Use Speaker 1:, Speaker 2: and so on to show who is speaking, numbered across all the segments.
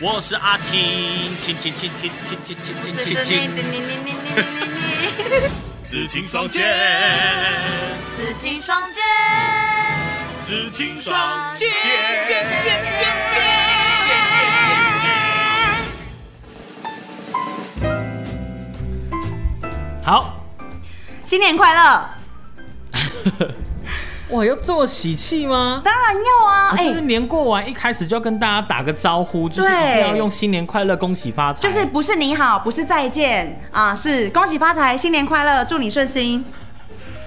Speaker 1: 我是阿青，青青青青青青青青青青，紫青双剑，
Speaker 2: 紫青双剑，
Speaker 1: 紫青
Speaker 2: 双
Speaker 1: 剑
Speaker 2: 剑
Speaker 1: 剑剑剑剑剑剑
Speaker 3: 好，
Speaker 2: 新年快乐！
Speaker 3: 哇，要这么喜气吗？
Speaker 2: 当然要啊，
Speaker 3: 啊
Speaker 2: 哎、
Speaker 3: 这是年过完一开始就要跟大家打个招呼，就是一定
Speaker 2: 对
Speaker 3: 要用新年快乐、恭喜发财。
Speaker 2: 就是不是你好，不是再见啊，是恭喜发财，新年快乐，祝你顺心。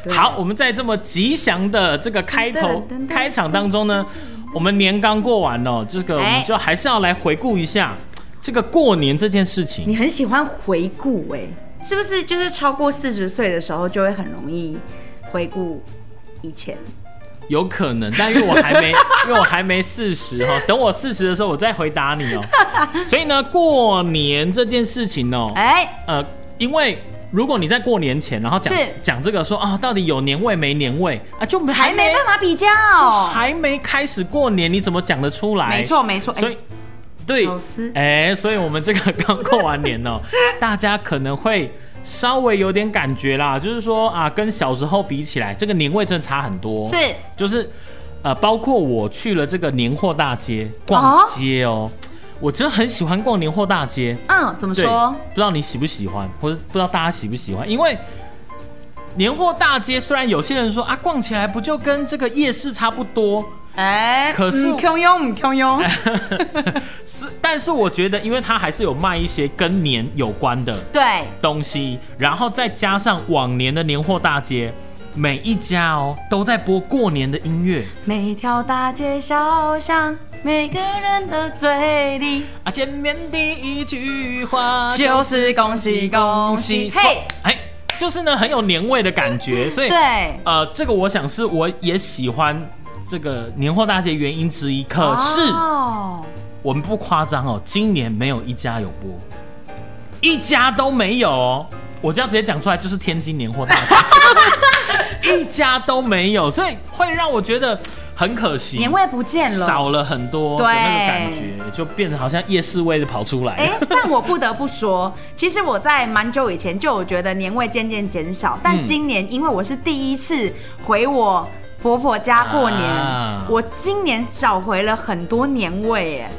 Speaker 2: 对
Speaker 3: 好，我们在这么吉祥的这个开头
Speaker 2: 噔噔噔噔
Speaker 3: 开场当中呢，我们年刚过完哦，这个我
Speaker 2: 哎
Speaker 3: 们就还是要来回顾一下这个过年这件事情。
Speaker 2: 你很喜欢回顾哎、是不是？就是超过四十岁的时候，就会很容易回顾以前。
Speaker 3: 有可能，但因为我还 没，因为我还没四十哈，等我四十的时候我再回答 你哦、所以呢，过年这件事情哦、
Speaker 2: 哎、
Speaker 3: 呃，因为如果你在过年前，然后讲
Speaker 2: 是
Speaker 3: 讲这个说啊，到底有年味没年味啊，就没
Speaker 2: 还没办法比较，
Speaker 3: 还没开始过年，你怎么讲得出来？
Speaker 2: 没，错没错，哎
Speaker 3: 所以。对
Speaker 2: 巧思，
Speaker 3: 哎、所以我们这个刚过完年 哦、大家可能会稍微有点感觉啦，就是说啊，跟小时候比起来，这个年味真的差很多。
Speaker 2: 是
Speaker 3: 就是呃，包括我去了这个年货大街逛街哦，我真的很喜欢逛年货大街。
Speaker 2: 嗯，怎么
Speaker 3: 对，
Speaker 2: 说？
Speaker 3: 不知道你喜不喜欢，或者不知道大家喜不喜欢，因为。年货大街虽然有些人说啊，逛起来不就跟这个夜市差不多，
Speaker 2: 哎、
Speaker 3: 可是
Speaker 2: 唔强用，唔强用，
Speaker 3: 是，但是我觉得，因为它还是有卖一些跟年有关的
Speaker 2: 对，
Speaker 3: 东西，然后再加上往年的年货大街，每一家哦都在播过年的音乐，
Speaker 2: 每条大街小巷，每个人的嘴里
Speaker 3: 啊，见面第一句话
Speaker 2: 啊就是恭喜恭喜，嘿，，嗯
Speaker 3: 哎，就是呢很有年味的感觉，所以
Speaker 2: 对，
Speaker 3: 呃，这个我想是我也喜欢这个年货大街原因之一。可是、
Speaker 2: 哦，
Speaker 3: 我们不夸张哦，今年没有一家有播，一家都没有、哦。我就要直接讲出来，就是天津年货大 街，一家都没有，所以会让我觉得很可惜，
Speaker 2: 年味不见了，
Speaker 3: 少了很多的
Speaker 2: 对
Speaker 3: 那个感觉，就变得好像夜市味的跑出来。
Speaker 2: 哎、但我不得不说，其实我在蛮久以前就有觉得年味渐渐减少，但
Speaker 3: 嗯
Speaker 2: 今年因为我是第一次回我婆婆家过年，
Speaker 3: 啊
Speaker 2: 我今年找回了很多年味，哎，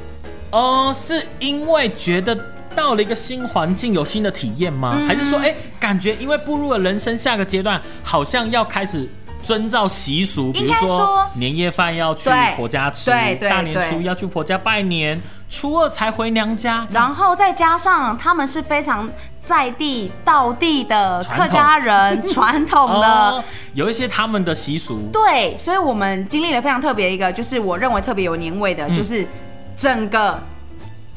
Speaker 3: 哦，是因为觉得到了一个新环境有新的体验吗？
Speaker 2: 嗯
Speaker 3: 还是说，哎、感觉因为步入了人生下个阶段，好像要开始遵照习俗，比
Speaker 2: 应
Speaker 3: 如
Speaker 2: 该
Speaker 3: 说
Speaker 2: 说
Speaker 3: 年夜饭要去
Speaker 2: 对
Speaker 3: 婆家吃，
Speaker 2: 对对
Speaker 3: 大年
Speaker 2: 对
Speaker 3: 初一要去婆家拜年，初二才回娘家。这样
Speaker 2: 然后再加上他们是非常在地道地的
Speaker 3: 传统
Speaker 2: 客家 人，传统的
Speaker 3: 哦。，有一些他们的习俗，
Speaker 2: 对，所以我们经历了非常特别一个，就是我认为特别有年味的，
Speaker 3: 嗯
Speaker 2: 就是整个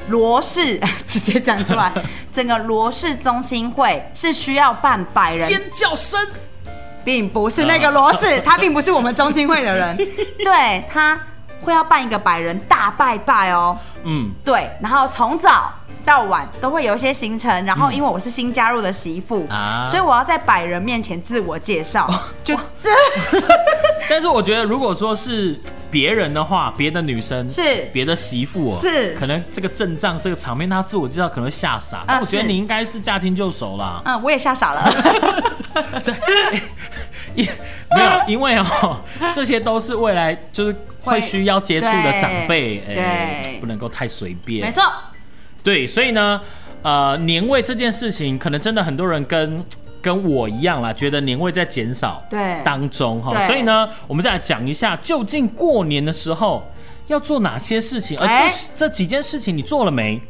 Speaker 2: 罗氏 直接讲出 来，整个罗氏宗亲会是需要办百人
Speaker 3: 尖嗯叫声。
Speaker 2: 并不是那个罗氏，他并不是我们中青会 的人，对他会要办一个百人大拜拜哦，
Speaker 3: 嗯，
Speaker 2: 对，然后从早到晚都会有一些行程，然后因为我是新加入的媳妇，
Speaker 3: 嗯啊哦
Speaker 2: 所以我要在百人面前自我介绍，就这
Speaker 3: 但是我觉得如果说是别人的话，别的女生
Speaker 2: 是
Speaker 3: 别的媳妇哦，
Speaker 2: 是啊
Speaker 3: 可能这个阵仗这个场面，她自我介绍可能会吓傻。但我觉得
Speaker 2: 是
Speaker 3: 你应该是驾轻就熟啦。
Speaker 2: 嗯，我也吓傻了，
Speaker 3: 这 因没有，因为哦，这些都是未来就是会
Speaker 2: 会
Speaker 3: 需要接触的长辈，
Speaker 2: 对
Speaker 3: 哎
Speaker 2: 对
Speaker 3: 不能够太随
Speaker 2: 没
Speaker 3: 便。
Speaker 2: 错，
Speaker 3: 对，所以呢，呃，年味这件事情，可能真的很多人跟跟我一样啦，觉得年味在减少。
Speaker 2: 对，
Speaker 3: 当中哈，
Speaker 2: 对
Speaker 3: 所以呢，我们再来讲一下，究竟过年的时候要做哪些事情，而这、
Speaker 2: 哎
Speaker 3: 这几件事情你做了没？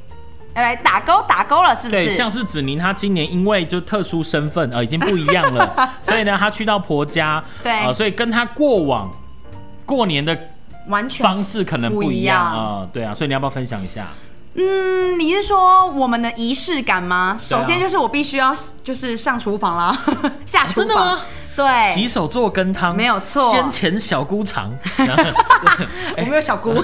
Speaker 2: 要来打勾打勾了，是不
Speaker 3: 对，
Speaker 2: 是？
Speaker 3: 像是子宁她今年因为就特殊身份呃已经不一样 了，所以呢，她去到婆家，
Speaker 2: 对
Speaker 3: 呃，所以跟她过往过年的
Speaker 2: 完全
Speaker 3: 方式可能不一样
Speaker 2: 不一样
Speaker 3: 啊、呃对啊，所以你要不要分享一下？
Speaker 2: 嗯，你是说我们的仪式感吗？
Speaker 3: 对啊
Speaker 2: 首先就是我必须要就是上厨房啦， 下厨
Speaker 3: 啊真的
Speaker 2: 房
Speaker 3: 吗，洗
Speaker 2: 对，
Speaker 3: 手做羹汤，
Speaker 2: 没有错
Speaker 3: 先前小姑 肠，
Speaker 2: 我没有
Speaker 3: 哎
Speaker 2: 小姑，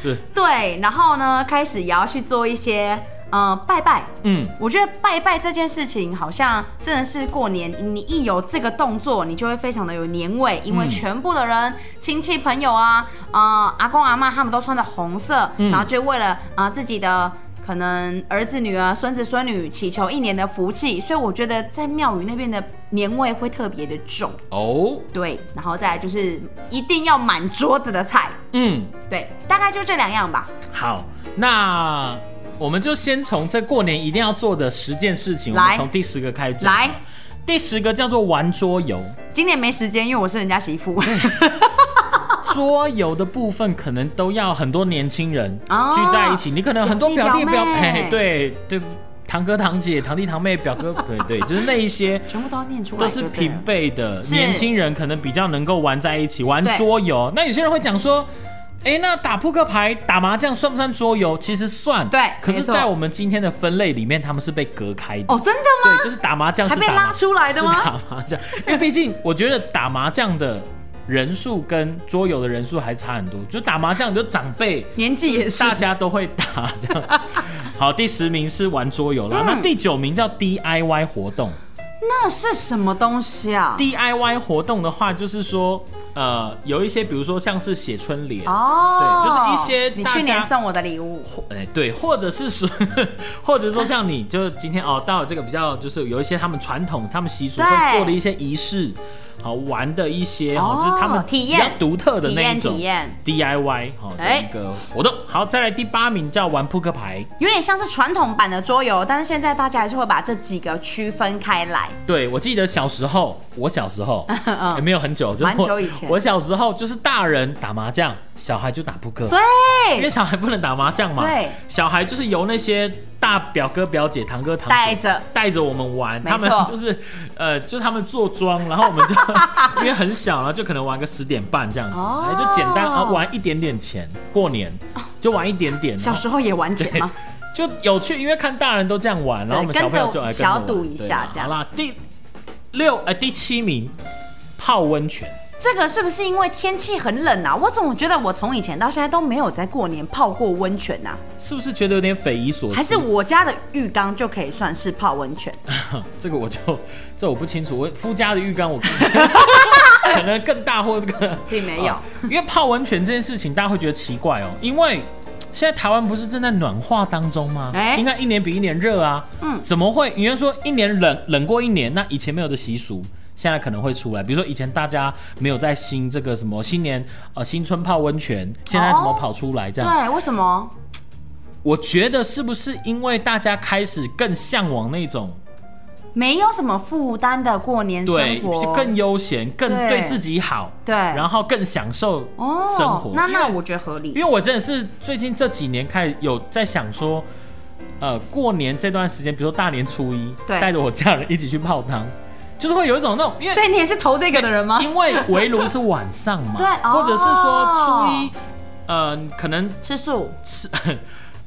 Speaker 3: 对，
Speaker 2: 对，然后呢，开始也要去做一些。呃拜拜。
Speaker 3: 嗯，
Speaker 2: 我觉得拜拜这件事情，好像真的是过年，你一有这个动作，你就会非常的有年味，因为
Speaker 3: 嗯
Speaker 2: 全部的人、亲戚朋友啊，呃，阿公阿妈他们都穿着红色，
Speaker 3: 嗯
Speaker 2: 然后就为了啊、呃自己的可能儿子、女儿、孙子、孙女祈求一年的福气，所以我觉得在庙宇那边的年味会特别的重，
Speaker 3: 哦，
Speaker 2: 对，然后再来就是一定要满桌子的菜，
Speaker 3: 嗯，
Speaker 2: 对，大概就这两样吧。
Speaker 3: 好，那我们就先从这过年一定要做的十件事情，我
Speaker 2: 来
Speaker 3: 们从第十个开始。
Speaker 2: 来，
Speaker 3: 第十个叫做玩桌 游。
Speaker 2: 今年没时间，因为我是人家媳妇。
Speaker 3: 桌游的部分可能都要很多年轻人
Speaker 2: 哦
Speaker 3: 聚在一起，你可能有很多
Speaker 2: 表
Speaker 3: 表
Speaker 2: 弟
Speaker 3: 弟表
Speaker 2: 表妹
Speaker 3: 嘿对对，堂哥堂姐、堂弟堂妹、表哥 对对，就是那一些
Speaker 2: 全部都要念出来，
Speaker 3: 都是平辈的
Speaker 2: 是
Speaker 3: 年轻人，可能比较能够玩在一起玩桌游。那有些人会讲说。哎，那打扑克牌、打麻将算不算桌游？其实算，
Speaker 2: 对
Speaker 3: 可是，
Speaker 2: 没错
Speaker 3: 在我们今天的分类里面，他们是被隔开的。
Speaker 2: 哦，真的吗？
Speaker 3: 对，就是打麻将是
Speaker 2: 还被
Speaker 3: 打麻
Speaker 2: 拉出来的吗
Speaker 3: 是打麻将，因为毕竟我觉得打麻将的人数跟桌游的人数还差很多，就打麻将你就长辈。
Speaker 2: 年纪也是
Speaker 3: 大家都会打这 样，好，第十名是玩桌游啦，
Speaker 2: 嗯
Speaker 3: 那第九名叫 DIY 活动。
Speaker 2: 那是什么东西啊？
Speaker 3: DIY 活动的话，就是说，呃，有一些，比如说像是写春联，
Speaker 2: 哦，
Speaker 3: 对就是一些
Speaker 2: 你
Speaker 3: 大家
Speaker 2: 去年送我的礼物，
Speaker 3: 或哎、对，或者是说， 或者说像你，就是今天哦，到了这个比较，就是有一些他们传统、他们习俗会
Speaker 2: 对
Speaker 3: 做的一些仪式，好、玩的一些，
Speaker 2: 哦
Speaker 3: 哦，就是他们
Speaker 2: 体
Speaker 3: 比
Speaker 2: 验
Speaker 3: 较独特的
Speaker 2: 体
Speaker 3: 那
Speaker 2: 验
Speaker 3: 一种
Speaker 2: 体验，
Speaker 3: DIY 好、哦、的
Speaker 2: 哎
Speaker 3: 一个活动。好，再来第八名叫玩扑克牌，
Speaker 2: 有点像是传统版的桌游，但是现在大家还是会把这几个区分开来。
Speaker 3: 对我记得小时候，我小时 候也没有很久，就是
Speaker 2: 嗯蛮
Speaker 3: 我
Speaker 2: 久以前
Speaker 3: 我小时候就是大人打麻将，小孩就打扑克，因为
Speaker 2: 对，
Speaker 3: 小孩不能打麻将嘛，
Speaker 2: 对，
Speaker 3: 小孩就是由那些大表哥、表姐、堂哥、堂
Speaker 2: 带
Speaker 3: 姐
Speaker 2: 着
Speaker 3: 带着我们玩，
Speaker 2: 没
Speaker 3: 他们
Speaker 2: 错
Speaker 3: 就是呃，就他们坐庄，然后我们就因为很小，然后就可能玩个十点半这样子，
Speaker 2: 哦
Speaker 3: 哎就简单啊玩一点点钱，过年就玩一点点，
Speaker 2: 小时候也玩钱吗？
Speaker 3: 然后就有趣，因为看大人都这样玩，然后我们
Speaker 2: 对
Speaker 3: 小朋友就来跟
Speaker 2: 跟着
Speaker 3: 着
Speaker 2: 我
Speaker 3: 玩
Speaker 2: 小赌一下
Speaker 3: 对啦
Speaker 2: 这样
Speaker 3: 好啦，第六呃第七名泡温泉，
Speaker 2: 这个是不是因为天气很冷啊？我总觉得我从以前到现在都没有在过年泡过温泉呐、
Speaker 3: 是不是觉得有点匪夷所思？
Speaker 2: 还是我家的浴缸就可以算是泡温泉？
Speaker 3: 这个我就 这我不清楚，我夫家的浴缸我 可能更大或这个
Speaker 2: 并没有
Speaker 3: 啊因为泡温泉这件事情大家会觉得奇怪哦，因为现在台湾不是正在暖化当中吗？
Speaker 2: 哎
Speaker 3: 应该一年比一年热啊，
Speaker 2: 嗯
Speaker 3: 怎么会？你要说一年冷冷过一年，那以前没有的习俗。现在可能会出来，比如说以前大家没有在新这个什么新年呃新春泡温泉，现在怎么
Speaker 2: 哦
Speaker 3: 跑出来这样？
Speaker 2: 对，为什么？
Speaker 3: 我觉得是不是因为大家开始更向往那种
Speaker 2: 没有什么负担的过年生
Speaker 3: 对，
Speaker 2: 活，
Speaker 3: 就更悠闲，更
Speaker 2: 对
Speaker 3: 对自己好，
Speaker 2: 对
Speaker 3: 然后更享受
Speaker 2: 哦
Speaker 3: 生活。
Speaker 2: 那
Speaker 3: 因为
Speaker 2: 那我觉得合理
Speaker 3: 因为我真的是最近这几年开始有在想说，呃，过年这段时间，比如说大年初一，
Speaker 2: 对
Speaker 3: 带着我家人一起去泡汤，就是会有一种那种，因为
Speaker 2: 所以你也是投这个的人吗？
Speaker 3: 因为围炉是晚上嘛，
Speaker 2: 对哦
Speaker 3: 或者是说初一，呃，可能
Speaker 2: 吃素，
Speaker 3: 吃，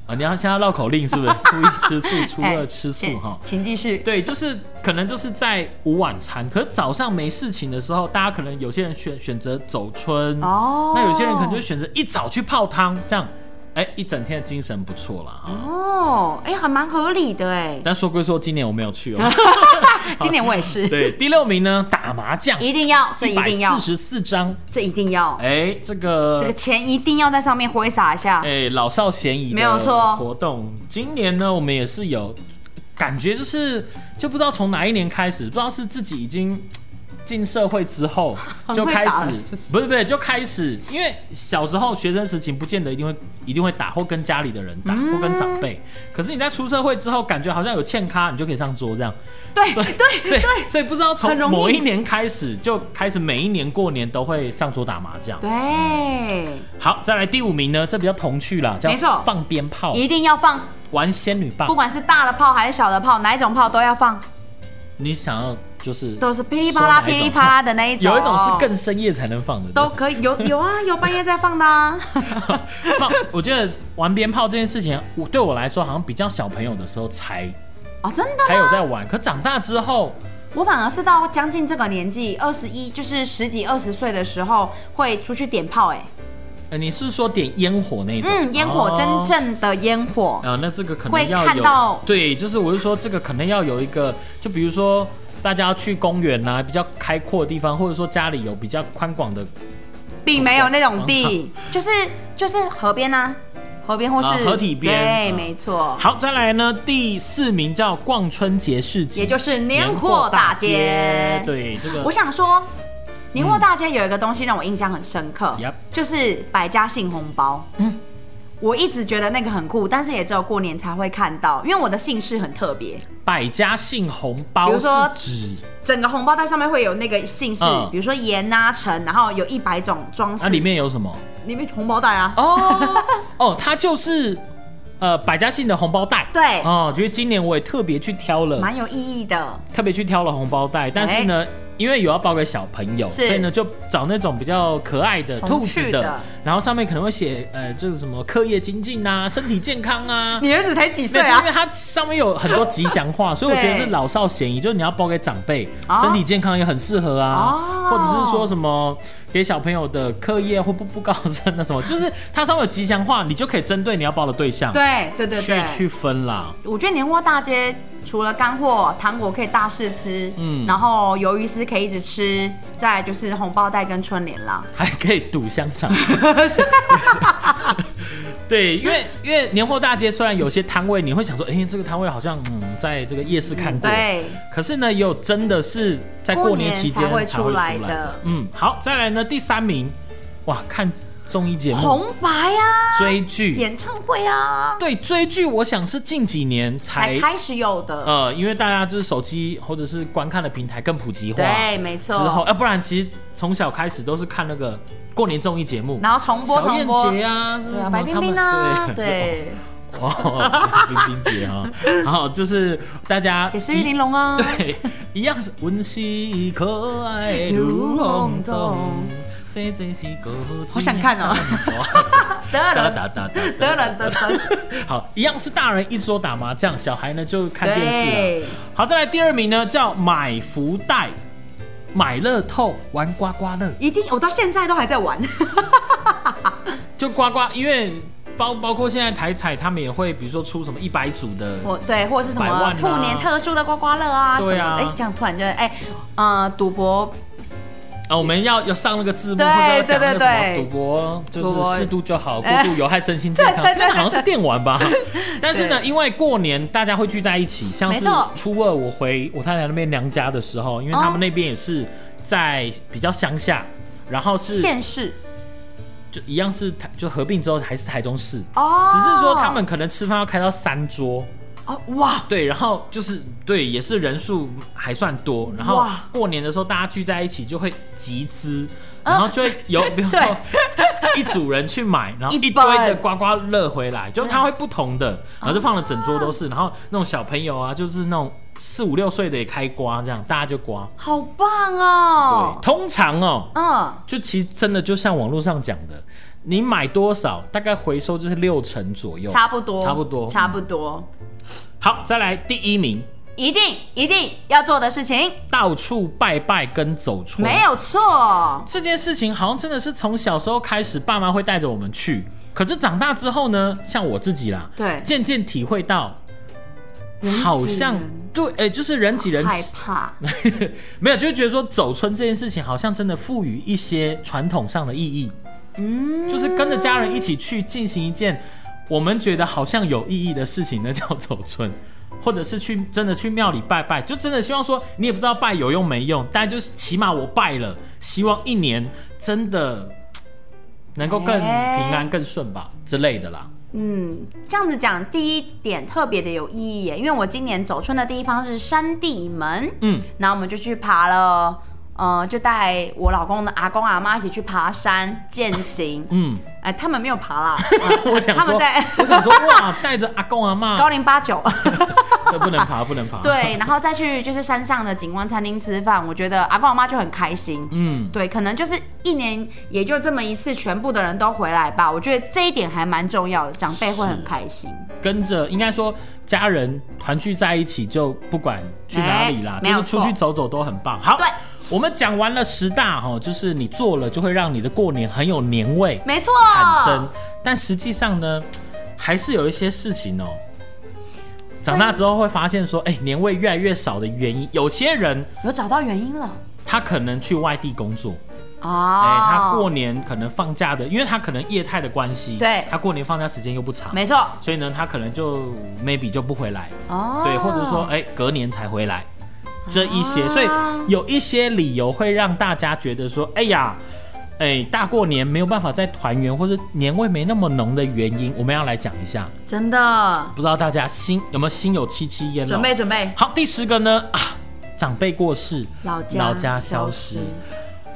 Speaker 3: 啊，你要现在绕口令是不是？初一吃素，初
Speaker 2: 哎
Speaker 3: 二吃素
Speaker 2: 是
Speaker 3: 哈。
Speaker 2: 请继续。
Speaker 3: 对，就是可能就是在午晚餐，可是早上没事情的时候，大家可能有些人选选择走春，
Speaker 2: 哦
Speaker 3: 那有些人可能就选择一早去泡汤，这样，哎，一整天的精神不错啦。啊。
Speaker 2: 哦，哎、还蛮合理的哎。
Speaker 3: 但说归说，今年我没有去哦。
Speaker 2: 今年我也是，
Speaker 3: 对，第六名呢，打麻将，
Speaker 2: 一定要，这一
Speaker 3: 百
Speaker 2: 定要
Speaker 3: 四，十四张，
Speaker 2: 这一定要，
Speaker 3: 哎，这
Speaker 2: 这
Speaker 3: 个
Speaker 2: 个。钱一定要在上面挥洒一 下。
Speaker 3: 哎，老少咸宜的
Speaker 2: 没有错
Speaker 3: 活动。今年呢，我们也是有感觉，就是就不知道从哪一年开始，不知道是自己已经进社会之后
Speaker 2: 很
Speaker 3: 就
Speaker 2: 会
Speaker 3: 开始
Speaker 2: 打了是不，
Speaker 3: 不是不是就开始，因为小时候学生时期不见得一定会一定会打，或跟家里的人打，
Speaker 2: 嗯
Speaker 3: 或跟长辈。可是你在出社会之后，感觉好像有欠咖，你就可以上桌 这样。
Speaker 2: 对
Speaker 3: 所以
Speaker 2: 对
Speaker 3: 所以
Speaker 2: 对
Speaker 3: 所以不知道从
Speaker 2: 很容易
Speaker 3: 某一年开始就开始，每一年过年都会上桌打麻将。哦
Speaker 2: 对，
Speaker 3: 好，再来第五名呢，这比较童趣啦，叫
Speaker 2: 没错
Speaker 3: 放鞭炮，
Speaker 2: 一定要放，
Speaker 3: 玩仙女棒
Speaker 2: 不。管是大的炮还是小的炮，哪一种炮都要放，
Speaker 3: 你想要就是
Speaker 2: 都是噼里啪啦
Speaker 3: 说哪一
Speaker 2: 噼
Speaker 3: 种
Speaker 2: 里啪啦的那一种。
Speaker 3: 有一种是更深夜才能放的，
Speaker 2: 都可以，有有啊，有半夜在放 的啊。
Speaker 3: 对不对放。我觉得玩鞭炮这件事情，我对我来说好像比较小朋友的时候才
Speaker 2: 哦，真的
Speaker 3: 才有在玩，可长大之后，
Speaker 2: 我反而是到将近这个年纪，二十一，就是十几二十岁的时候，会出去点炮、哎，
Speaker 3: 呃，你是说点烟火那种？
Speaker 2: 嗯，烟火、
Speaker 3: 哦
Speaker 2: 真正的烟火，
Speaker 3: 啊、那这个可
Speaker 2: 会
Speaker 3: 能要
Speaker 2: 看
Speaker 3: 有
Speaker 2: 到
Speaker 3: 对，就是我是说这个可能要有一个，就比如说大家要去公园啊，比较开阔的地方，或者说家里有比较宽广的
Speaker 2: 并没有那种
Speaker 3: 广
Speaker 2: 地，就是就是河边啊，河边或是、
Speaker 3: 啊河体边
Speaker 2: 对，
Speaker 3: 啊
Speaker 2: 没错，
Speaker 3: 好，再来呢，第四名叫逛春节市集，
Speaker 2: 也就是年货大街。
Speaker 3: 年货大街，对，这个
Speaker 2: 我想说，年货大街有一个东西让我印象很深刻，
Speaker 3: Yep
Speaker 2: 就是百家姓红包。
Speaker 3: 嗯
Speaker 2: 我一直觉得那个很酷，但是也只有过年才会看到，因为我的姓氏很特别，
Speaker 3: 百家姓红
Speaker 2: 比如
Speaker 3: 包是
Speaker 2: 说
Speaker 3: 指，
Speaker 2: 整个红包袋上面会有那个姓氏，
Speaker 3: 嗯
Speaker 2: 比如说盐啊、陈，然后有一百种装饰。
Speaker 3: 那里面有什么？
Speaker 2: 里面红包袋啊，
Speaker 3: 哦 哦，它就是呃百家姓的红包袋，
Speaker 2: 对
Speaker 3: 哦，就是今年我也特别去挑了，
Speaker 2: 蛮有意义的。
Speaker 3: 特别去挑了红包袋，但是呢，因为有要包给小朋友，所
Speaker 2: 哎是
Speaker 3: 以呢就找那种比较可爱的
Speaker 2: 童
Speaker 3: 兔子
Speaker 2: 趣
Speaker 3: 的，
Speaker 2: 的
Speaker 3: 然后上面可能会写呃这个什么课业精进啊，身体健康啊。
Speaker 2: 你儿子才几
Speaker 3: 对，
Speaker 2: 岁
Speaker 3: 就是因
Speaker 2: 啊
Speaker 3: 为？它上面有很多吉祥 话，所以我觉得是老少咸宜。就是你要包给长辈，
Speaker 2: 哦
Speaker 3: 身体健康也很适合啊，
Speaker 2: 哦
Speaker 3: 或者是说什么给小朋友的课业或步步高升啊什 么，就是它上面有吉祥话，你就可以针对你要包的对象
Speaker 2: 对对对
Speaker 3: 去
Speaker 2: 对，
Speaker 3: 去分啦。
Speaker 2: 我觉得年货大街除了干货、糖果可以大肆吃，
Speaker 3: 嗯
Speaker 2: 嗯，然后鱿鱼丝可以一直吃，再来就是红包袋跟春联啦。
Speaker 3: 还可以赌香 肠。对，因为因为年货大街虽然有些摊位你会想说，哎、这个摊位好像嗯，在这个夜市看过，
Speaker 2: 嗯对，
Speaker 3: 可是呢，也有真的是在过年期间
Speaker 2: 过年
Speaker 3: 才
Speaker 2: 才
Speaker 3: 会出
Speaker 2: 会出
Speaker 3: 来
Speaker 2: 来的
Speaker 3: 的。嗯，好，再来呢，第三名，哇，看综艺节目、
Speaker 2: 红白啊，
Speaker 3: 追剧，
Speaker 2: 演唱会啊，
Speaker 3: 对追剧，我想是近几年才
Speaker 2: 才开始有的。
Speaker 3: 呃，因为大家就是手机或者是观看的平台更普及化，
Speaker 2: 对，没
Speaker 3: 之后，哎呃
Speaker 2: 错。
Speaker 3: 要、不然其实从小开始都是看那个过年综艺节目，
Speaker 2: 然后重播
Speaker 3: 小
Speaker 2: 重
Speaker 3: 燕
Speaker 2: 播，
Speaker 3: 姐啊，是不
Speaker 2: 对
Speaker 3: 是
Speaker 2: 啊，白冰冰啊，，对，
Speaker 3: 这 哦，哦 冰冰姐啊，然后就是大家
Speaker 2: 也是玉玲珑啊
Speaker 3: 一， 对，一样是温馨可爱如梦中，谁谁是个
Speaker 2: 好想看哦
Speaker 3: 哦，
Speaker 2: 得了
Speaker 3: 哒
Speaker 2: 得
Speaker 3: 哒
Speaker 2: 了
Speaker 3: 哒哒，
Speaker 2: 得 了得了，
Speaker 3: 好，一样是大人一桌打麻将，小孩呢就看电视啊
Speaker 2: 对
Speaker 3: 了。好，再来第二名呢叫买福袋。买乐透，玩刮刮乐，
Speaker 2: 一定，我到现在都还在玩。
Speaker 3: 就刮刮，因为包包括现在台彩他们也会，比如说出什么一百组的，
Speaker 2: 或对，或者是什
Speaker 3: 百万
Speaker 2: 么
Speaker 3: 啊
Speaker 2: 兔年特殊的刮刮乐啊什么
Speaker 3: 对
Speaker 2: 的，
Speaker 3: 啊
Speaker 2: 哎、这样突然就哎、呃，赌博
Speaker 3: 啊，我们要要上那个字幕，
Speaker 2: 对
Speaker 3: 或者要讲那个什
Speaker 2: 对对
Speaker 3: 么
Speaker 2: 对
Speaker 3: 赌博，
Speaker 2: 赌
Speaker 3: 就
Speaker 2: 博
Speaker 3: 是适度就好，过度有害身心健康，
Speaker 2: 对对
Speaker 3: 这
Speaker 2: 对
Speaker 3: 个好像是电玩 吧。但是呢，因为过年大家会聚在一起，像
Speaker 2: 没
Speaker 3: 是
Speaker 2: 错
Speaker 3: 初二我回我太太那边娘家的时候，因为他们那边也是在比较乡下，然后是
Speaker 2: 现世
Speaker 3: 就一样是台就合并之后还是台中市，
Speaker 2: 哦，
Speaker 3: 只是说他们可能吃饭要开到三桌。
Speaker 2: 哦哇，
Speaker 3: 对，然后就是对，也是人数还算多。然后
Speaker 2: 哇
Speaker 3: 过年的时候，大家聚在一起就会集资，然后就会 有，比如说一组人去买，然后
Speaker 2: 一嗯
Speaker 3: 一堆
Speaker 2: 本
Speaker 3: 的刮刮乐回来，就它会不同的，然后就放了整桌都
Speaker 2: 啊
Speaker 3: 是。然后那种小朋友啊，就是那种四五六岁的也开刮，这样大家就刮。
Speaker 2: 好棒哦
Speaker 3: 对，，通常哦，
Speaker 2: 嗯，
Speaker 3: 就其实真的就像网络上讲的，你买多少，大概回收就是六成左右，
Speaker 2: 差不多，
Speaker 3: 差不多，
Speaker 2: 差不多，
Speaker 3: 好，再来第一名。
Speaker 2: 一定一定要做的事情，
Speaker 3: 到处拜拜跟走村。
Speaker 2: 没有错，
Speaker 3: 这件事情，好像真的是从小时候开始，爸妈会带着我们去。可是长大之后呢，像我自己啦，
Speaker 2: 对
Speaker 3: 渐渐体会到，
Speaker 2: 人挤人
Speaker 3: 好像对，哎、就是人挤人，
Speaker 2: 害怕，
Speaker 3: 没有，就觉得说走村这件事情，好像真的赋予一些传统上的意义。嗯，就是跟着家人一起去进行一件我们觉得好像有意义的事情，那叫走村，或者是去真的去庙里拜拜，就真的希望说你也不知道拜有用没用，但就是起码我拜了，希望一年真的能够更平安、更顺吧之类的啦。
Speaker 2: 嗯，这样子讲，第一点特别的有意义耶，因为我今年走春的地方是山地门，
Speaker 3: 嗯，
Speaker 2: 然后我们就去爬了，呃，就带我老公的阿公阿妈一起去爬山践行。
Speaker 3: 嗯，
Speaker 2: 哎、他们没有爬啦，
Speaker 3: 我想
Speaker 2: 他们
Speaker 3: 说
Speaker 2: 在，
Speaker 3: 我想说哇，带着阿公阿
Speaker 2: 高
Speaker 3: 妈，
Speaker 2: 龄八九，
Speaker 3: 这不能爬，不能爬。，
Speaker 2: 对，然后再去就是山上的景观餐厅吃饭，我觉得阿公阿妈就很开心。
Speaker 3: 嗯，
Speaker 2: 对，可能就是一年也就这么一次，全部的人都回来吧。我觉得这一点还蛮重要的，长辈会很开心。
Speaker 3: 跟着应该说家人团聚在一起，就不管去哪里啦，
Speaker 2: 哎没有
Speaker 3: 就是出去走走都很棒。好，
Speaker 2: 对
Speaker 3: 我们讲完了十大哈，就是你做了就会让你的过年很有年味
Speaker 2: 没错，
Speaker 3: 产
Speaker 2: 哦
Speaker 3: 生，但实际上呢，还是有一些事情哦、长大之后会发现说，哎、年味越来越少的原因，有些人
Speaker 2: 有找到原因了
Speaker 3: 他可能去外地工作，哎、
Speaker 2: 啊
Speaker 3: 他过年可能放假的，因为他可能业态的关系，
Speaker 2: 对
Speaker 3: 他过年放假时间又不长，
Speaker 2: 没错
Speaker 3: 所以呢，他可能就 maybe 就不回来，
Speaker 2: 哦，啊
Speaker 3: 对，或者说哎、隔年才回来，这一些，所以有一些理由会让大家觉得说，哎呀，哎、大过年没有办法再团圆，或是年味没那么浓的原因，我们要来讲一下，
Speaker 2: 真的
Speaker 3: 不知道大家心有没有心有戚戚焉、哦？
Speaker 2: 准备准备，
Speaker 3: 好，第十个呢啊，长辈过世，
Speaker 2: 老家
Speaker 3: 老家消失
Speaker 2: 消失。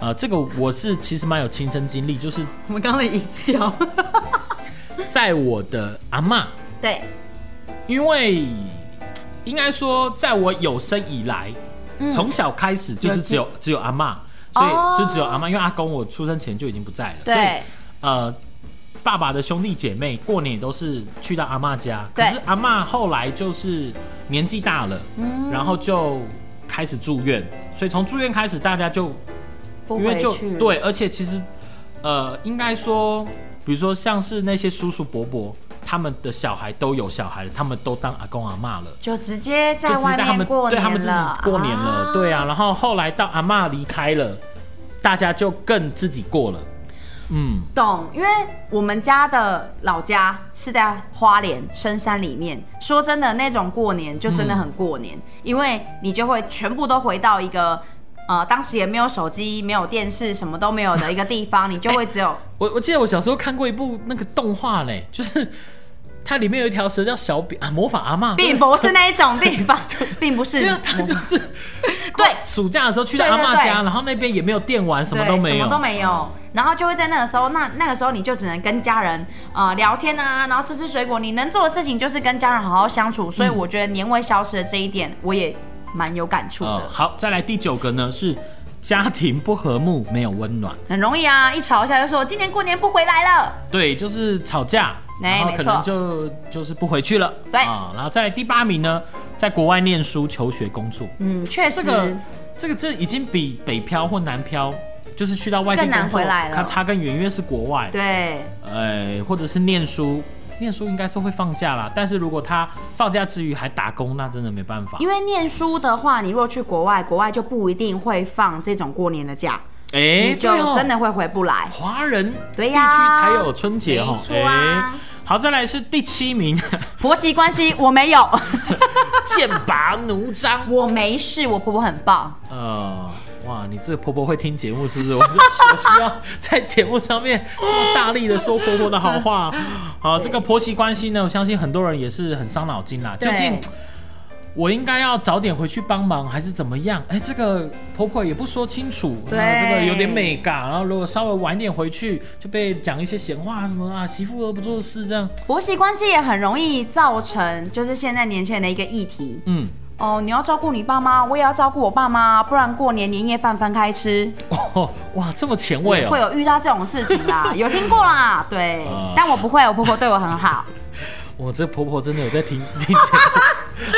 Speaker 3: 呃，这个我是其实蛮有亲身经历，就是
Speaker 2: 我们刚刚的音调，
Speaker 3: 在我的阿嬷，
Speaker 2: 对，
Speaker 3: 因为应该说在我有生以来，
Speaker 2: 嗯
Speaker 3: 从、小开始就是只有只有阿嬷，所
Speaker 2: 哦
Speaker 3: 以就只有阿嬷，因为阿公我出生前就已经不在了，所以
Speaker 2: 对，
Speaker 3: 呃，爸爸的兄弟姐妹过年也都是去到阿嬷家，可
Speaker 2: 对
Speaker 3: 是阿嬷后来就是年纪大了，
Speaker 2: 嗯
Speaker 3: 然后就开始住院，所以从住院开始，大家就
Speaker 2: 不
Speaker 3: 因为
Speaker 2: 回
Speaker 3: 就
Speaker 2: 去，
Speaker 3: 对，而且其实呃，应该说，比如说像是那些叔叔伯伯，他们的小孩都有小孩了，他们都当阿公阿嬷了。
Speaker 2: 就直接
Speaker 3: 就
Speaker 2: 在
Speaker 3: 直接
Speaker 2: 外
Speaker 3: 带他
Speaker 2: 面
Speaker 3: 们
Speaker 2: 过
Speaker 3: 对
Speaker 2: 年
Speaker 3: 他们自己
Speaker 2: 了，
Speaker 3: 过年了，对啊，然后后来到阿嬷离开了，大家就更自己过了，嗯，
Speaker 2: 懂，因为我们家的老家是在花莲深山里面。说真的，那种过年就真的很过年，
Speaker 3: 嗯
Speaker 2: 因为你就会全部都回到一个呃，当时也没有手机、没有电视、什么都没有的一个地方，你就会 只有
Speaker 3: 我我记得我小时候看过一部那个动画嘞，就是它里面有一条蛇叫小比啊，魔法阿嬷，
Speaker 2: 并不是那一种地方，并不是
Speaker 3: 对啊，它就是
Speaker 2: 对
Speaker 3: 暑假的时候去到阿
Speaker 2: 对对
Speaker 3: 嬷家，
Speaker 2: 对
Speaker 3: 然后那边也没有电玩，什么
Speaker 2: 对
Speaker 3: 都没
Speaker 2: 什
Speaker 3: 有，
Speaker 2: 么都没有。然后就会在那个时候，那那个时候你就只能跟家人呃聊天啊，然后吃吃水果。你能做的事情就是跟家人好好相处。
Speaker 3: 嗯
Speaker 2: 所以我觉得年味消失的这一点，我也蛮有感触的。
Speaker 3: 哦好，再来第九个呢是家庭不和睦，没有温暖。
Speaker 2: 很容易啊，一吵一下就说今年过年不回来了。
Speaker 3: 对，就是吵架，
Speaker 2: 哎
Speaker 3: 然后
Speaker 2: 没
Speaker 3: 可
Speaker 2: 错
Speaker 3: 能就就是不回去了。
Speaker 2: 对
Speaker 3: 啊，然后再来第八名呢，在国外念书、求学、工作，
Speaker 2: 嗯，确实，
Speaker 3: 这个这个这已经比北漂或南漂，就是去到外地
Speaker 2: 更难
Speaker 3: 工作
Speaker 2: 回来了
Speaker 3: 它差更远，因为是国外。
Speaker 2: 对，
Speaker 3: 呃，或者是念书，念书应该是会放假啦，但是如果他放假之余还打工，那真的没办法。
Speaker 2: 因为念书的话，你如果去国外，国外就不一定会放这种过年的假，
Speaker 3: 哎
Speaker 2: 你就
Speaker 3: 对哦
Speaker 2: 真的会回不来。
Speaker 3: 华人
Speaker 2: 对
Speaker 3: 地区
Speaker 2: 呀
Speaker 3: 才有春节哦
Speaker 2: 没。错啊
Speaker 3: 好，再来是第七名，
Speaker 2: 婆媳关系我没有，
Speaker 3: 剑拔弩张。
Speaker 2: 我没事，我婆婆很棒。
Speaker 3: 呃，哇，你这个婆婆会听节目是不 是？我就我需要在节目上面这么大力的说婆婆的好话。好，这个婆媳关系呢，我相信很多人也是很伤脑筋啦。究
Speaker 2: 对
Speaker 3: 竟我应该要早点回去帮忙，还是怎么样？哎，这个婆婆也不说清楚，
Speaker 2: 对
Speaker 3: 那这个有点美嘎。然后如果稍微晚一点回去，就被讲一些闲话什么啊，媳妇都不做事这样。
Speaker 2: 婆媳关系也很容易造成，就是现在年轻人的一个议题
Speaker 3: 嗯，
Speaker 2: 哦。你要照顾你爸妈，我也要照顾我爸妈，不然过年年夜饭分开吃，
Speaker 3: 哦， 哇，这么前卫
Speaker 2: 会
Speaker 3: 哦。
Speaker 2: 有遇到这种事 情啦，有听过啦。对
Speaker 3: 啊，
Speaker 2: 但我不会，我婆婆对我很好。
Speaker 3: 我这婆婆真的有在听 听节目。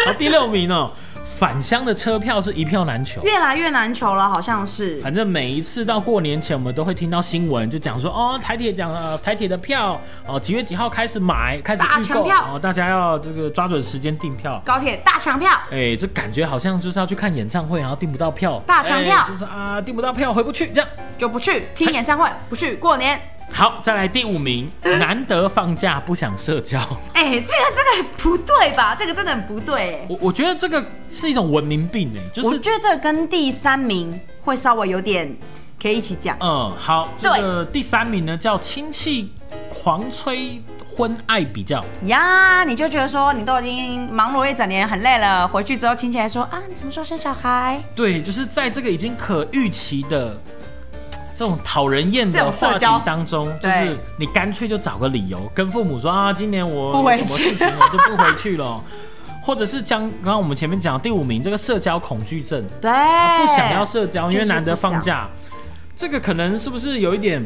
Speaker 3: 好，第六名哦，返乡的车票是一票难求。
Speaker 2: 越来越难求了，好像是。
Speaker 3: 反正每一次到过年前，我们都会听到新闻，就讲说哦，台铁讲呃，台铁的票哦，几月几号开始买，开始
Speaker 2: 打
Speaker 3: 预
Speaker 2: 抢
Speaker 3: 购，
Speaker 2: 票
Speaker 3: 哦，大家要这个抓准时间订票。
Speaker 2: 高铁大抢票，
Speaker 3: 哎，这感觉好像就是要去看演唱会，然后订不到票，
Speaker 2: 大抢票
Speaker 3: 哎就是啊，订不到票回不去这样。
Speaker 2: 就不去听演唱会，不去过年。
Speaker 3: 好，再来第五名，难得放假不想社交。
Speaker 2: 哎、这个这个不对吧？这个真的很不对、
Speaker 3: 我我觉得这个是一种文明病哎，就
Speaker 2: 我
Speaker 3: 是
Speaker 2: 觉得这个跟第三名会稍微有点可以一起讲。
Speaker 3: 嗯，好，这
Speaker 2: 对
Speaker 3: 个第三名呢叫亲戚狂催婚爱比较，
Speaker 2: 呀，你就觉得说你都已经忙碌一整年，很累了，回去之后亲戚还说啊，你什么时候生小孩？
Speaker 3: 对，就是在这个已经可预期的这种讨人厌
Speaker 2: 这
Speaker 3: 的
Speaker 2: 种社
Speaker 3: 话题
Speaker 2: 交
Speaker 3: 当中，就
Speaker 2: 对
Speaker 3: 是你干脆就找个理由跟父母说啊，今年我
Speaker 2: 不回
Speaker 3: 有什么
Speaker 2: 去
Speaker 3: 事情我就不回去了， 或者是将刚刚我们前面讲的第五名这个社交恐惧症，
Speaker 2: 对，
Speaker 3: 不想要社交，因
Speaker 2: 就
Speaker 3: 为
Speaker 2: 是
Speaker 3: 难得
Speaker 2: 不想
Speaker 3: 放假，这个可能是不是有一点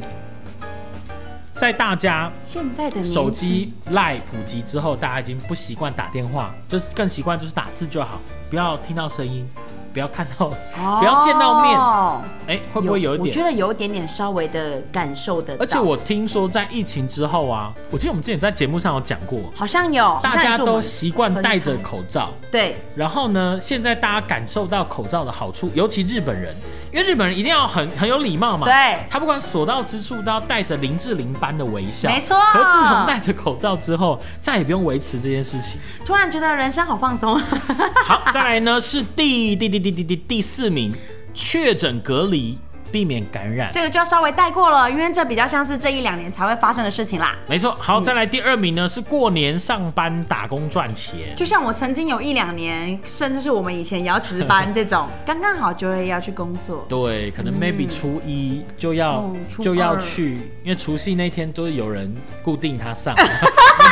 Speaker 3: 在大家
Speaker 2: 现在的年轻
Speaker 3: 手机赖普及之后，大家已经不习惯打电话，就是更习惯就是打字就好，不要听到声音，不要看 到，
Speaker 2: 哦
Speaker 3: 不要见到面，哎、会不会有一
Speaker 2: 我觉
Speaker 3: 点？
Speaker 2: 得哦有一点点稍微的感受得到，
Speaker 3: 而且我听说在疫情之后啊，我记得我们之前在节目上有讲过，
Speaker 2: 好像有，好
Speaker 3: 大
Speaker 2: 像也
Speaker 3: 家
Speaker 2: 是我
Speaker 3: 都
Speaker 2: 们
Speaker 3: 习惯戴着口罩，
Speaker 2: 对
Speaker 3: 然后呢，现在大家感受到口罩的好处，尤其日本人，因为日本人一定要很很有礼貌嘛，
Speaker 2: 对
Speaker 3: 他不管所到之处都要带着林志玲般的微笑，
Speaker 2: 没错
Speaker 3: 可是自从戴着口罩之后，再也不用维持这件事情。
Speaker 2: 突然觉得人生好放松。
Speaker 3: 好，再来呢是第第第第第第第四名，确诊隔离，避免感染。
Speaker 2: 这个就要稍微带过了，因为这比较像是这一两年才会发生的事情啦。
Speaker 3: 没错，好，再来第二名呢是过年上班打工赚钱。
Speaker 2: 就像我曾经有一两年，甚至是我们以前也要值班这种，刚刚好就会要去工作。
Speaker 3: 对，可能 maybe 初一就要、
Speaker 2: 哦初
Speaker 3: 就要
Speaker 2: 二
Speaker 3: 去，因为除夕那天都是有人固定他 上，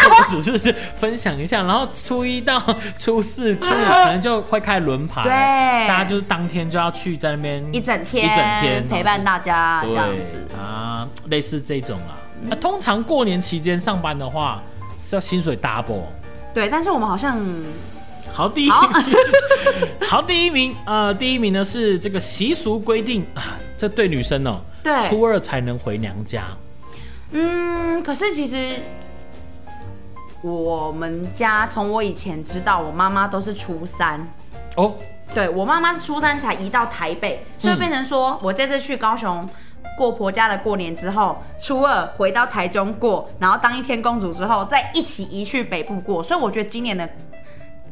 Speaker 3: 我只是是分享一下，然后初一到初四、初五可能就会开轮 排，
Speaker 2: 对
Speaker 3: 大家就是当天就要去在那边
Speaker 2: 一整天，
Speaker 3: 一整天哦
Speaker 2: 陪伴大家这样子，嗯
Speaker 3: 对啊，类似这种啊。那、通常过年期间上班的话是要薪水 double。
Speaker 2: 对。但是我们好像
Speaker 3: 好，第一，
Speaker 2: 好
Speaker 3: 好，第一名，呃，第一名呢是这个习俗规定啊，这对女生哦，
Speaker 2: 对
Speaker 3: 初二才能回娘家，
Speaker 2: 嗯，可是其实我们家从我以前知道，我妈妈都是初三，
Speaker 3: 哦，
Speaker 2: 对我妈妈是初三才移到台北，所以
Speaker 3: 嗯
Speaker 2: 变成说我这次去高雄。过婆家的过年之后，初二回到台中过，然后当一天公主之后，再一起移去北部过，所以我觉得今年的，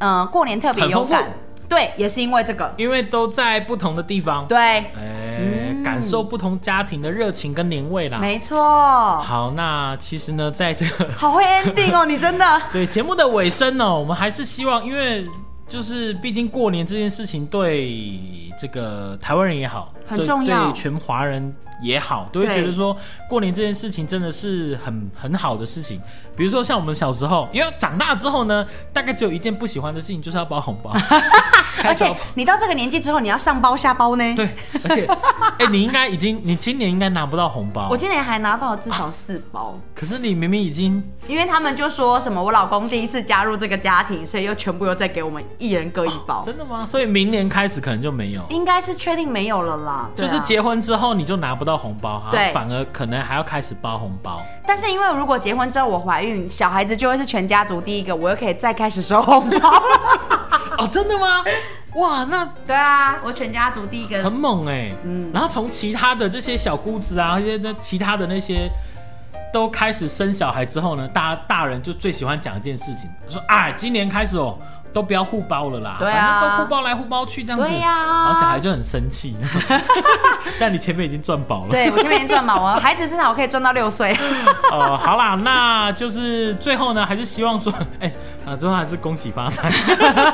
Speaker 2: 呃，过年特别
Speaker 3: 很
Speaker 2: 有
Speaker 3: 丰富
Speaker 2: 感，对，也是因为这个，
Speaker 3: 因为都在不同的地方，，
Speaker 2: 对，嗯
Speaker 3: 哎、感受不同家庭的热情跟年味啦。
Speaker 2: 没错，
Speaker 3: 好，那其实呢，在这个
Speaker 2: 好会 ending 哦，你真的，
Speaker 3: 对节目的尾声呢、我们还是希望，因为就是毕竟过年这件事情对这个台湾人也好，
Speaker 2: 很
Speaker 3: 就
Speaker 2: 重要
Speaker 3: 对全华人也好，都会
Speaker 2: 对
Speaker 3: 觉得说过年这件事情真的是很很好的事情。比如说像我们小时候，因为长大之后呢，大概只有一件不喜欢的事情，就是要包红 包，
Speaker 2: 而
Speaker 3: 开始要
Speaker 2: 且你到这个年纪之后，你要上包下包呢，
Speaker 3: 对，而且，哎、你应该已经，你今年应该拿不到红包
Speaker 2: 我，今年还拿到了至少四包。
Speaker 3: 可是你明明已经，
Speaker 2: 因为他们就说什么我老公第一次加入这个家庭，所以又全部又再给我们一人各一包，
Speaker 3: 啊真的吗？所以明年开始可能就没有，
Speaker 2: 应该是确定没有了啦。对
Speaker 3: 就
Speaker 2: 啊
Speaker 3: 是，结婚之后你就拿不到红包，
Speaker 2: 对
Speaker 3: 反而可能还要开始包红包。
Speaker 2: 但是因为如果结婚之后我怀孕，小孩子就会是全家族第一个，我又可以再开始收红 包。
Speaker 3: 哦，真的 吗？哇，那
Speaker 2: 对啊，我全家族第一个
Speaker 3: 很，猛哎、嗯，然后从其他的这些小姑子啊，一些这其他的那些。都开始生小孩之后呢，大大人就最喜欢讲一件事情，说啊，今年开始哦，都不要互包了啦，
Speaker 2: 对啊
Speaker 3: 反正都互包来互包去这样子，
Speaker 2: 对呀
Speaker 3: 然后小孩就很生气， 但你前面已经赚饱了，
Speaker 2: 对我前面已经赚满， 我孩子至少我可以赚到六岁。
Speaker 3: 呃，好啦，那就是最后呢，还是希望说， 哎、啊，最后还是恭喜发财。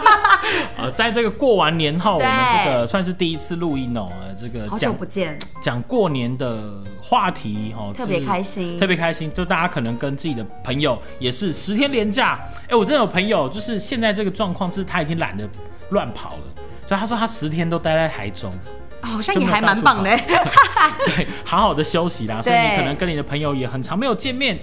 Speaker 3: 呃，在这个过完年后，我
Speaker 2: 对
Speaker 3: 们这个算是第一次录音哦、呃这个
Speaker 2: 好久
Speaker 3: 讲
Speaker 2: 不见，
Speaker 3: 讲过年的话题哦，
Speaker 2: 特别
Speaker 3: 是
Speaker 2: 开心
Speaker 3: 特别开心。就大家可能跟自己的朋友也是十天连假，哎、我真的有朋友就是现在这个状况是他已经懒得乱跑了，所以他说他十天都待在台中。
Speaker 2: 啊好像也还蛮棒的。
Speaker 3: 对，好好的休息啦。所以
Speaker 2: 对
Speaker 3: 你可能跟你的朋友也很长没有见面，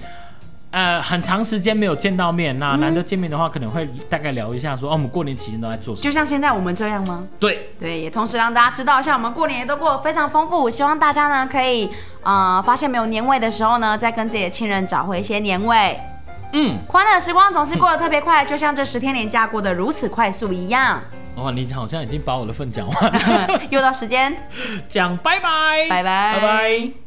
Speaker 3: 呃，很长时间没有见到面。那难得见面的话，可能会大概聊一下说，哦，我们过年期间都在做什么。
Speaker 2: 就像现在我们这样吗？
Speaker 3: 对，
Speaker 2: 对，也同时让大家知道一下，我们过年也都过得非常丰富。希望大家呢可以，呃，发现没有年味的时候呢，再跟自己的亲人找回一些年味。
Speaker 3: 嗯，
Speaker 2: 欢乐的时光总是过得特别快，就像这十天连假过得如此快速一样。
Speaker 3: 哇，哦你好像已经把我的份讲完了，
Speaker 2: 又到时间，
Speaker 3: 讲拜拜，
Speaker 2: 拜拜
Speaker 3: 拜拜。